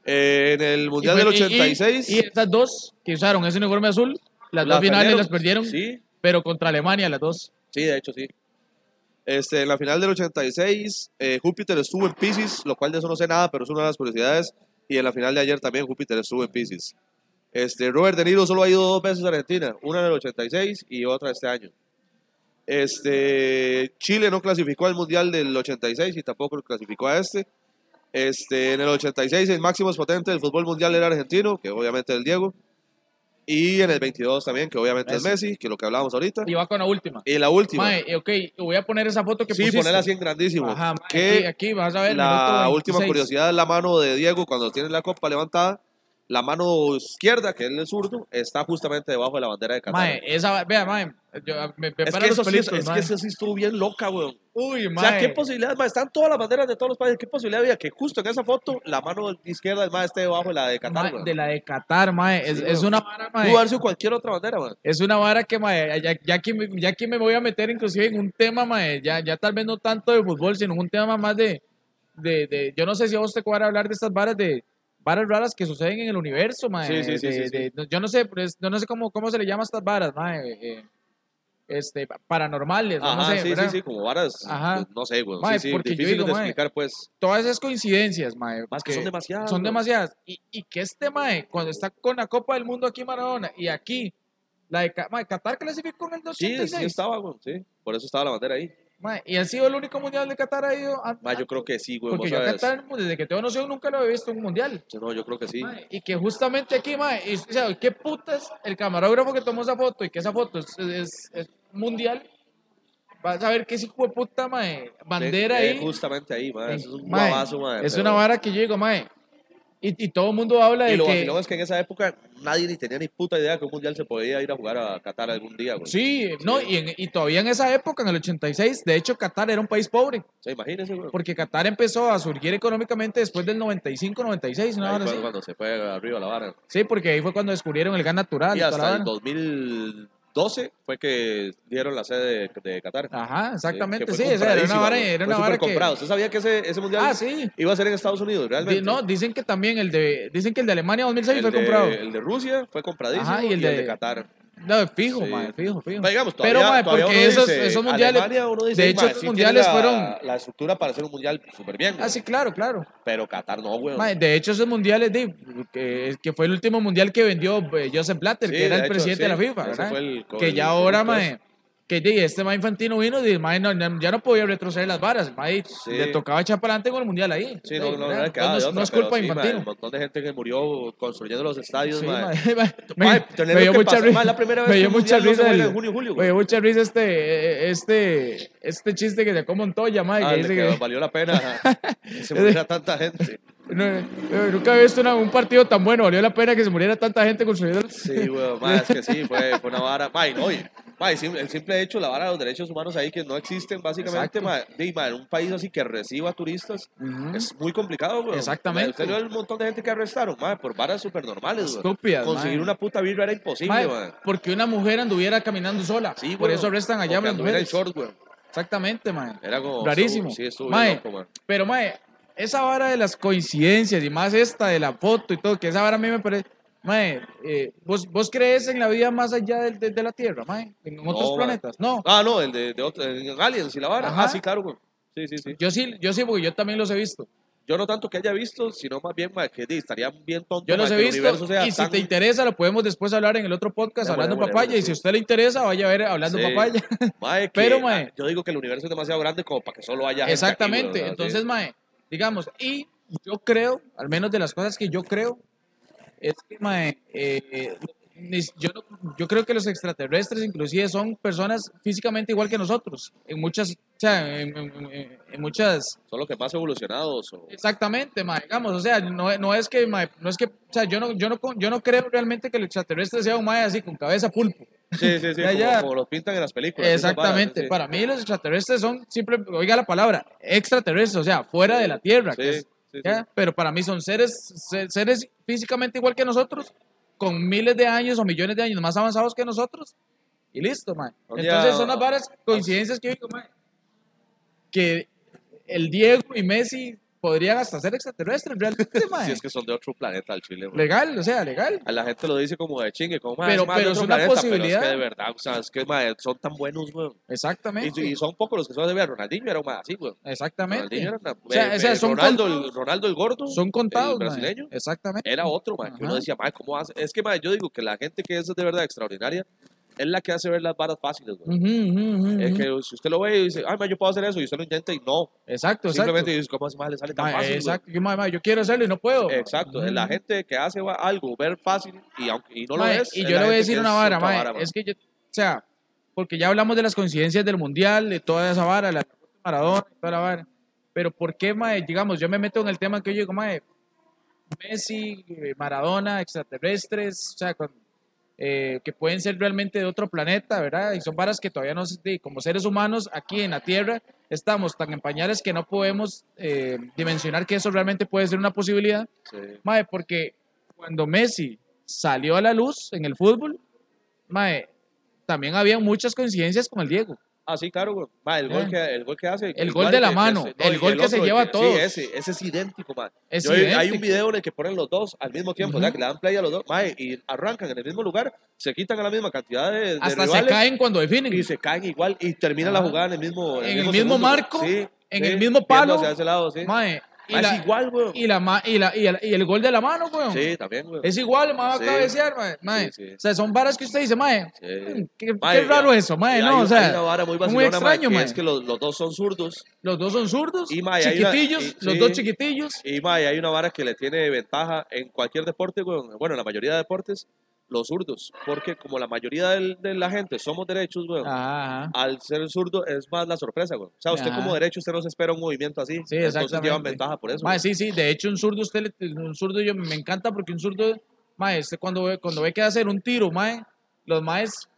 Eh, en el Mundial
Y
del
fue- y- y-
86,
Y, esas dos que usaron ese uniforme azul, las
la
dos finales
perdieron.
las perdieron,
Sí,
pero contra Alemania las dos.
sí, de hecho sí. Este, en la final del 86, eh, Júpiter estuvo en Pisces, lo cual de eso no sé nada, pero es una de las curiosidades. Y en la final de ayer también Júpiter estuvo en Pisces. Este, Robert De Niro solo ha ido dos veces a Argentina, una en el 86 y otra este año. Este, Chile no clasificó al Mundial del 86 y tampoco lo clasificó a este. Este, en el 86 el máximo potente del fútbol mundial era argentino, que obviamente es el Diego. Y en el 22 también, que obviamente es
Messi.
Messi, que es lo que hablábamos ahorita.
Y va con la última.
Y la última.
Mae, eh, ok, voy a poner esa foto que
sí,
pusiste.
poner así en grandísimo.
Ajá, mae,
que
aquí, aquí vas a ver.
la
minuto
última
26.
curiosidad es la mano de Diego cuando tiene la copa levantada. La mano izquierda, que es el zurdo, está justamente debajo de la bandera de Qatar.
Mae, esa, vea, mae, yo, me, me
es
paran
que,
los
eso sí, es,
pelitos,
es
mae.
que eso sí estuvo bien loca, weón.
Uy,
O
mae.
sea, ¿qué posibilidades, mae? Están todas las banderas de todos los países. ¿Qué posibilidad había que justo en esa foto la mano izquierda del mae esté debajo de la de Qatar,
mae,
weón?
de la de Qatar, mae. Es,
Sí,
es
weón.
una vara, mae.
Pudo haber sido cualquier otra bandera, weón.
Es una vara que, mae, ya, ya aquí, me- ya aquí me voy a meter inclusive en un tema, mae, ya, ya tal vez no tanto de fútbol, sino un tema más de, de, de- yo no sé si a vos te cuadra hablar de estas varas de varas raras que suceden en el universo, mae.
Sí, sí, sí,
de-
sí, sí.
de- no- yo no sé, pero es- yo no sé cómo, cómo se le llama a estas varas, mae, eh, este, pa- paranormales, o no
Ajá,
sé,
sí,
¿verdad?
sí, sí, como varas, pues,
Ajá.
no sé, weón.
Mae,
sí, sí,
porque yo
difíciles
digo,
de
mae,
explicar, pues.
Todas esas coincidencias, mae.
Más que
porque-
son demasiadas.
son
weón.
demasiadas. Y, y que este mae, cuando está con la Copa del Mundo aquí Maradona y aquí, la de Ca- mae, Qatar clasificó en el
Sí,
286.
sí estaba, weón, sí. Por eso estaba la bandera ahí.
mae, y ha sido el único mundial de Qatar ha ido a-
Mae, yo creo que sí, weón.
porque
vos
yo a
sabes.
Qatar, desde que tengo noción, nunca lo he visto en un mundial.
Sí, No, yo creo que sí.
mae, y que justamente aquí, mae, y, o sea, qué putas el camarógrafo que tomó esa foto y que esa foto es, es- es mundial, vas a ver qué hijo de puta, mae, bandera
Sí,
ahí.
eh, justamente ahí, mae. Eso es un
Mae,
guabazo, mae.
es
pero-
una vara que yo digo, mae. Y, y todo el mundo habla
Y
de
lo pues.
que...
vacilón es que en esa época nadie ni tenía ni puta idea que un mundial se podía ir a jugar a Qatar algún día, güey.
Sí, no, y, en- y todavía en esa época, en el 86, de hecho Qatar era un país pobre,
O sea, imagínense, güey.
porque Qatar empezó a surgir económicamente después del 95, 96, ¿no?
Ahí
Ahora
fue
sí.
cuando se fue arriba la vara.
Sí, porque ahí fue cuando descubrieron el gas natural.
Y
y toda la
hasta el
vara.
2012 fue que dieron la sede de, de Qatar.
Ajá, Ah, exactamente,
que
sí,
fue
o sea, era una
compradísima,
vara,
güey.
era
Fue
una vara
súper
que...
comprado. ¿Usted sabía que ese, ese mundial
Ah, sí.
iba a ser en Estados Unidos,
Di-
realmente?
no, dicen que también el de, dicen que el de Alemania 2006
el
fue
de,
comprado.
El de Rusia fue compradísimo
Ajá,
y el, de... Qatar.
No, fijo,
Sí.
mae, fijo, fijo.
Pero digamos,
Pero,
todavía,
mae,
todavía
porque
uno
esos,
dice,
esos mundiales,
Alemania, uno dice,
de hecho,
"Mae,
esos
sí tiene
mundiales
la-
fueron...
La estructura para hacer un mundial súper bien, güey.
Ah, sí, claro, claro.
pero Qatar no, güey.
Mae, de hecho, esos mundiales, di, que, que fue el último mundial que vendió eh, Joseph Blatter,
Sí,
que era
de
el
hecho,
presidente
sí,
de la FIFA,
ese
¿verdad?
fue el-
que
el-
ya ahora,
el-
mae, que di, este mae infantino vino y mae, no- no- ya no podía retroceder las varas. Mae,
Sí.
le tocaba echar para adelante con el mundial ahí.
Sí, no, no, no,
¿verdad?
le quedaba
No es-
de otra,
no es
pero
culpa de
sí, mae,
infantino.
un montón de gente que murió construyendo los estadios,
Sí, (laughs)
mae.
mae, mae, me-
Mae, tener
me
lo
dio
que
mucha
pasó,
risa.
mae, la primera vez
me
que
dio
un
mucha
mundial no se
risa.
juega
el-
en junio, julio,
Me
güey.
dio mucha risa este, eh, este, este chiste que sacó Montoya, mae,
Ah,
que
le
dice
quedó-
que.
valió la pena
(laughs)
que se muriera tanta gente.
No, eh, nunca había visto una- un partido tan bueno. Valió la pena que se muriera tanta gente construyendo. (laughs)
Sí, güey, mae, es que sí, fue, fue una vara. Mae, no, y- mae, sim- el simple hecho, la vara de los derechos humanos ahí que no existen, básicamente,
Exacto.
mae, di, mae, en un país así que reciba turistas,
Ujú.
es muy complicado, güey.
Exactamente.
Usted vio el montón de gente que arrestaron, mae, por varas súper normales, güey.
Estúpidas,
Conseguir
mae.
una puta birra era imposible,
Mae,
güey.
porque una mujer anduviera caminando sola.
Sí,
Por
güey.
eso arrestan allá a
Porque
las
anduviera en
mujeres.
short, güey.
Exactamente, mae.
Era como.
Rarísimo.
estuvo- sí, estuvo bien
Mae,
loco, mae.
pero, mae, esa vara de las coincidencias y más esta de la foto y todo, que esa vara a mí me parece. Mae, eh, ¿vos, ¿vos crees en la vida más allá del- de, de la Tierra, mae? ¿En otros
mae.
planetas? No.
Ah, no, el de, de otro, el Aliens y la vara.
Ajá.
Ah, sí, claro, güey. Sí, sí, sí.
Yo sí, yo sí, porque yo también los he visto.
Yo no tanto que haya visto, sino más bien mae, que di, estaría bien tonto.
Yo los
mae,
he
que el
visto.
universo sea
Y si
tan-
te interesa, lo podemos después hablar en el otro podcast,
Démosle,
Hablando
démosle,
Papaya. Y
démosle,
si a
sí.
usted le interesa, vaya a ver Hablando
Sí.
Papaya.
Mae, que-
Pero, mae.
ah, Yo digo que el universo es demasiado grande como para que solo haya. gente aquí,
Exactamente.
güey, o sea,
Entonces,
sí.
mae, digamos, y yo creo, al menos de las cosas que yo creo, es que, mae, eh, eh, ni- yo, no- yo creo que los extraterrestres inclusive son personas físicamente igual que nosotros, en muchas, o sea, en, en- en- en muchas...
Son los que más evolucionados.
(laughs)
o-
Exactamente, mae, digamos, o sea, no, no es que, mae, no es que, o sea, yo no, yo, no, con- yo no creo realmente que el extraterrestre sea un mae así, con cabeza pulpo.
Sí, sí, sí.
Ya,
como,
ya.
como los pintan en las películas. esas varas,
Exactamente,
sí.
para mí los extraterrestres son, siempre, oiga la palabra, extraterrestres, o sea, fuera de la Tierra, que
Sí,
es-
sí, sí.
¿ya? pero para mí son seres, se- seres físicamente igual que nosotros, con miles de años o millones de años más avanzados que nosotros, y listo, man.
Un día-
Entonces son las varias coincidencias que yo digo, mae, que el Diego y Messi podrían hasta ser extraterrestres,
(laughs)
realmente, mae.
Si es que son de otro planeta al Chile, güey.
Legal, o sea, legal.
A la gente lo dice como de chingue, como "Mae,
Pero-
es más de
pero
otro
es una
planeta", Pero
posibilidad.
es que de verdad, o sea, es que mae, son tan buenos, güey.
Exactamente.
Y, y son pocos los que son de ver. Ronaldinho era un más así, güey.
Exactamente.
Ronaldinho era una-
O sea,
eh,
o sea,
eh,
son
Ronaldo,
contados.
el, Ronaldo el gordo.
Son contados,
El
mae.
brasileño.
Exactamente.
Era otro, man. Que uno
Ajá.
decía, man, ¿cómo hace? Es que, man, yo digo que la gente que es de verdad extraordinaria es la que hace ver las varas fáciles, güey.
Ujú, ujú, ujú,
Es
ujú.
que si usted lo ve y dice, ay, ma, yo puedo hacer eso, y usted lo intenta y no.
Exacto, exacto.
Simplemente dice, ¿cómo hace más le sale tan
Ma,
fácil? güey?"
exacto. Yo, ma, ma, yo quiero hacerlo y no puedo. ma.
Exacto,
Ujú.
la gente que hace va- algo ver fácil y, aunque, y no
Mae,
lo es.
Y
es
yo
la
le voy a
gente
decir
que
una
es
vara,
otra
mae,
vara, mae.
Es que yo, o sea, porque ya hablamos de las coincidencias del mundial, de toda esa vara, la Maradona, y toda la vara. Pero ¿por qué, mae? Digamos, yo me meto en el tema que yo digo, mae, Messi, eh, Maradona, extraterrestres, o sea, con- eh, que pueden ser realmente de otro planeta, ¿verdad? Y son varas que todavía no, se- de- como seres humanos aquí en la Tierra, estamos tan en pañales que no podemos eh, dimensionar que eso realmente puede ser una posibilidad.
Sí.
Mae, porque cuando Messi salió a la luz en el fútbol, mae, también había muchas coincidencias con el Diego.
Ah, sí, claro, güey. Ma, el, gol
Eh.
que, el gol que hace.
El
igual
gol de la
que-
mano,
ese-
el
y
gol que se
otro,
lleva a todos.
Sí, ese, ese es idéntico, man.
Es
Hay
idéntico.
un video en el que ponen los dos al mismo tiempo, o sea,
Ujú.
que le dan play a los dos, ma, y arrancan en el mismo lugar, se quitan a la misma cantidad de, de
Hasta se
rivales
caen cuando definen.
y se caen igual y termina la
Ajá.
jugada en el mismo
En el mismo
segundo,
marco,
ma. Sí,
en
sí,
el mismo
viéndose
palo.
hacia ese lado, sí.
Mae, y,
Ah,
la,
es igual, güey.
y, la, ma- y, la- y el, y el gol de la mano, weón.
Sí, también, güey.
Es igual, mae, va a
Sí.
cabecear, mae. mae.
Sí, sí.
O sea, son varas que usted dice, mae,
Sí.
mm, qué,
Mae,
qué raro
ya-
eso, mae,
ya
no,
hay-
o sea,
hay una vara muy, vacilona,
muy
ma,
extraño,
que
mae.
es que los, los dos son zurdos
Los dos son zurdos,
Y, mae, hay una-
chiquitillos,
y-
los
sí.
dos chiquitillos.
y mae, hay una vara que le tiene ventaja en cualquier deporte, weón. bueno, en la mayoría de deportes, los zurdos, porque como la mayoría del- de la gente somos derechos, weón,
Ajá.
al ser zurdo es más la sorpresa, weón. o sea, usted
Ajá.
como derecho, usted no se espera un movimiento así,
Sí,
entonces llevan
exactamente.
ventaja por eso.
Mae,
weón.
sí, sí, de hecho un zurdo usted le- un zurdo yo me encanta porque un zurdo mae, este cuando ve, cuando ve que va a hacer un tiro, mae, los maes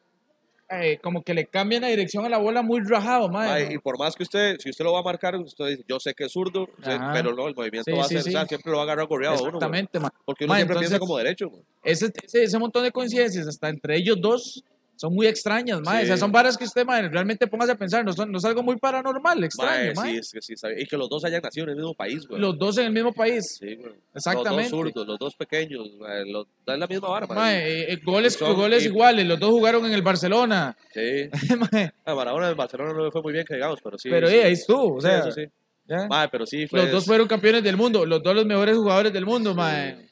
eh, como que le cambian la dirección a la bola muy rajado, mae.
Mae, y por más que usted, si usted lo va a marcar, usted dice, yo sé que es zurdo, sé-
Ajá.
pero no, el movimiento
Sí,
va a
sí,
ser, o sea,
sí.
siempre lo va a agarrar gorreado a uno, weón.
Exactamente, mae.
porque uno
Mae,
siempre piensa
entonces-
como derecho. weón.
Ese, ese, ese montón de coincidencias hasta entre ellos dos son muy extrañas, mae.
Sí.
O sea, son varas que usted, mae, realmente póngase a pensar, no, son, no es algo muy paranormal, extraño,
Mae,
mae.
sí, es que sí, está bien. Y que los dos hayan nacido en el mismo país, güey.
Los dos en el mismo país.
Sí, güey.
Exactamente.
Los dos zurdos, los dos pequeños, mae, los, dan la misma vara, mae.
Mae, eh, eh, goles,
Son-
goles
y-
iguales, los dos jugaron en el Barcelona. (laughs)
Sí.
Mae,
A Maradona en Barcelona no le fue muy bien, que digamos, pero sí.
pero
sí.
eh, ahí estuvo, o
Sí,
sea,
eso sí.
ya.
Mae, pero sí, pues, fue.
Los dos fueron campeones del mundo, los dos los mejores jugadores del mundo, mae.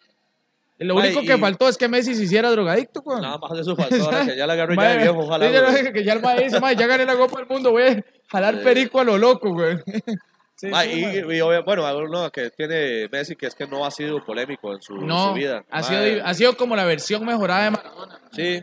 Lo
Mae,
único que
y-
faltó es que Messi se hiciera drogadicto, weón.
Nada más eso faltó ahora que ya la agarró
(laughs)
ya
Mae,
de viejo, ojalá.
sí, ya
güey.
lo- que ya el mae dice, mae, ya gané la Copa del Mundo, voy a jalar
Sí.
perico a lo loco, güey.
(laughs)
Sí,
Mae,
sí, mae.
y, y obvia- bueno, algo no, que tiene Messi que es que no ha sido polémico en su,
no,
su vida.
ha,
Mae,
sido, ha sido como la versión mejorada de Maradona.
Sí,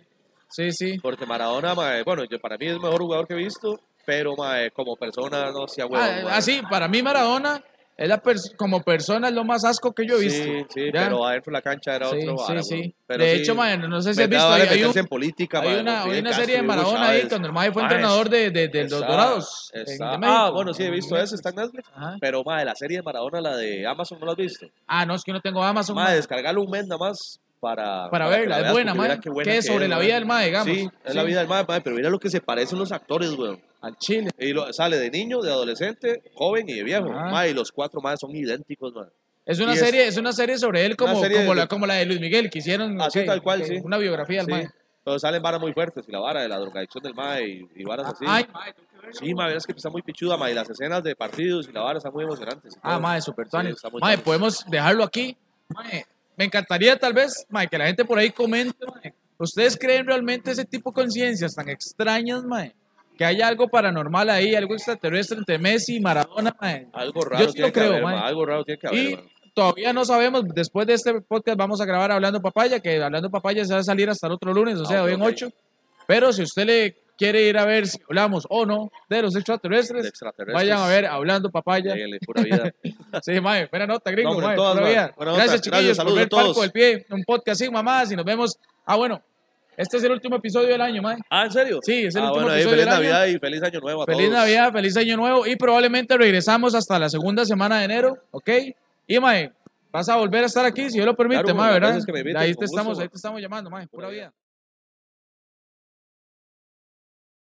Sí, sí.
porque Maradona, mae, bueno, yo, para mí es el mejor jugador que he visto, pero mae, como persona no se ha
Ah, así, para mí Maradona es la pers- como persona es lo más asco que yo he visto.
Sí, sí,
¿ya?
pero adentro de la cancha era
Sí,
otro.
sí,
vara,
sí.
weón. Pero
De
sí,
hecho, mae, no sé si
me
has visto,
daba de
hay, hay un-
meterse en política,
hay
mae,
una,
con
hay una serie
Fidel
de
Castro y Hugo
Maradona ahí
Chávez.
cuando el mae fue
Mae,
entrenador de, de- de los
esa-
Dorados. en- de
esa-
México.
ah, bueno, sí, he visto eso, está en Netflix.
Ajá.
Pero, mae, la serie de Maradona, la de Amazon, ¿no la has visto?
Ah, no, es que no tengo Amazon.
Mae, descargalo un mes nada más para,
Para
que
verla,
la
es
veas,
buena,
porque mira
mae.
qué buena
Que es sobre la
weón.
vida del mae, digamos.
Sí, es
Sí.
la vida del mae, mae, pero mira lo que se parecen los actores, weón.
Al Chile. Ah.
Y lo- sale de niño, de adolescente, joven y de viejo.
Ajá.
Mae, y los cuatro más son idénticos, mae.
Es una
Y es-
serie, es una serie sobre él como,
serie
como
de-
la, como la de Luis Miguel que hicieron.
Así,
ok,
tal cual,
ok,
sí.
Una biografía del
Sí,
mae.
pero salen varas muy fuertes y la vara de la drogadicción del mae y, y varas así.
Ah, Ay, mae, tengo que verlo.
Sí, ma, es que está muy pichuda, ma, y las escenas de partidos y la vara están muy emocionantes. y
Ah,
todo.
mae, super tuanis.
Sí, está muy
Mae,
tuanis.
podemos dejarlo aquí. Mae, me encantaría tal vez, mae, que la gente por ahí comente, mae. ¿Ustedes creen realmente ese tipo de conciencias tan extrañas, mae? Que haya algo paranormal ahí, algo extraterrestre entre Messi y Maradona, mae.
Algo
Yo
raro
sí
tiene
lo
que
creo,
haber,
ma.
ma, algo raro tiene que haber,
Y
ma.
todavía no sabemos, después de este podcast vamos a grabar Hablando Papaya, que Hablando Papaya se va a salir hasta el otro lunes, o sea,
Ah, ok,
hoy en
ok.
8. Pero si usted le quiere ir a ver si hablamos o no de los extraterrestres,
De extraterrestres.
vayan a ver Hablando Papaya.
Lléguenle, pura vida.
(laughs) Sí, mae, buena nota, gringo,
No, hombre,
mae,
todas,
pura
mae.
vida.
Buena
Gracias,
nota,
chiquillos,
gracias,
por
saludos
ver
a todos.
Palco del Pie, un podcast sin mamás y nos vemos. Ah, bueno, este es el último episodio del año, mae.
ah, ¿en serio?
Sí, es el
ah,
último
bueno, ahí
episodio
feliz
del año.
Navidad y feliz Año Nuevo a
Feliz
todos.
Navidad, feliz Año Nuevo y probablemente regresamos hasta la segunda semana de enero, ¿ok? Y, mae, vas a volver a estar aquí si Dios lo permite,
Claro,
mae,
las
¿verdad?
veces que me inviten,
ahí,
con
te
gusto,
estamos,
mae.
ahí te estamos llamando, mae, pura
Pura vida.
vida.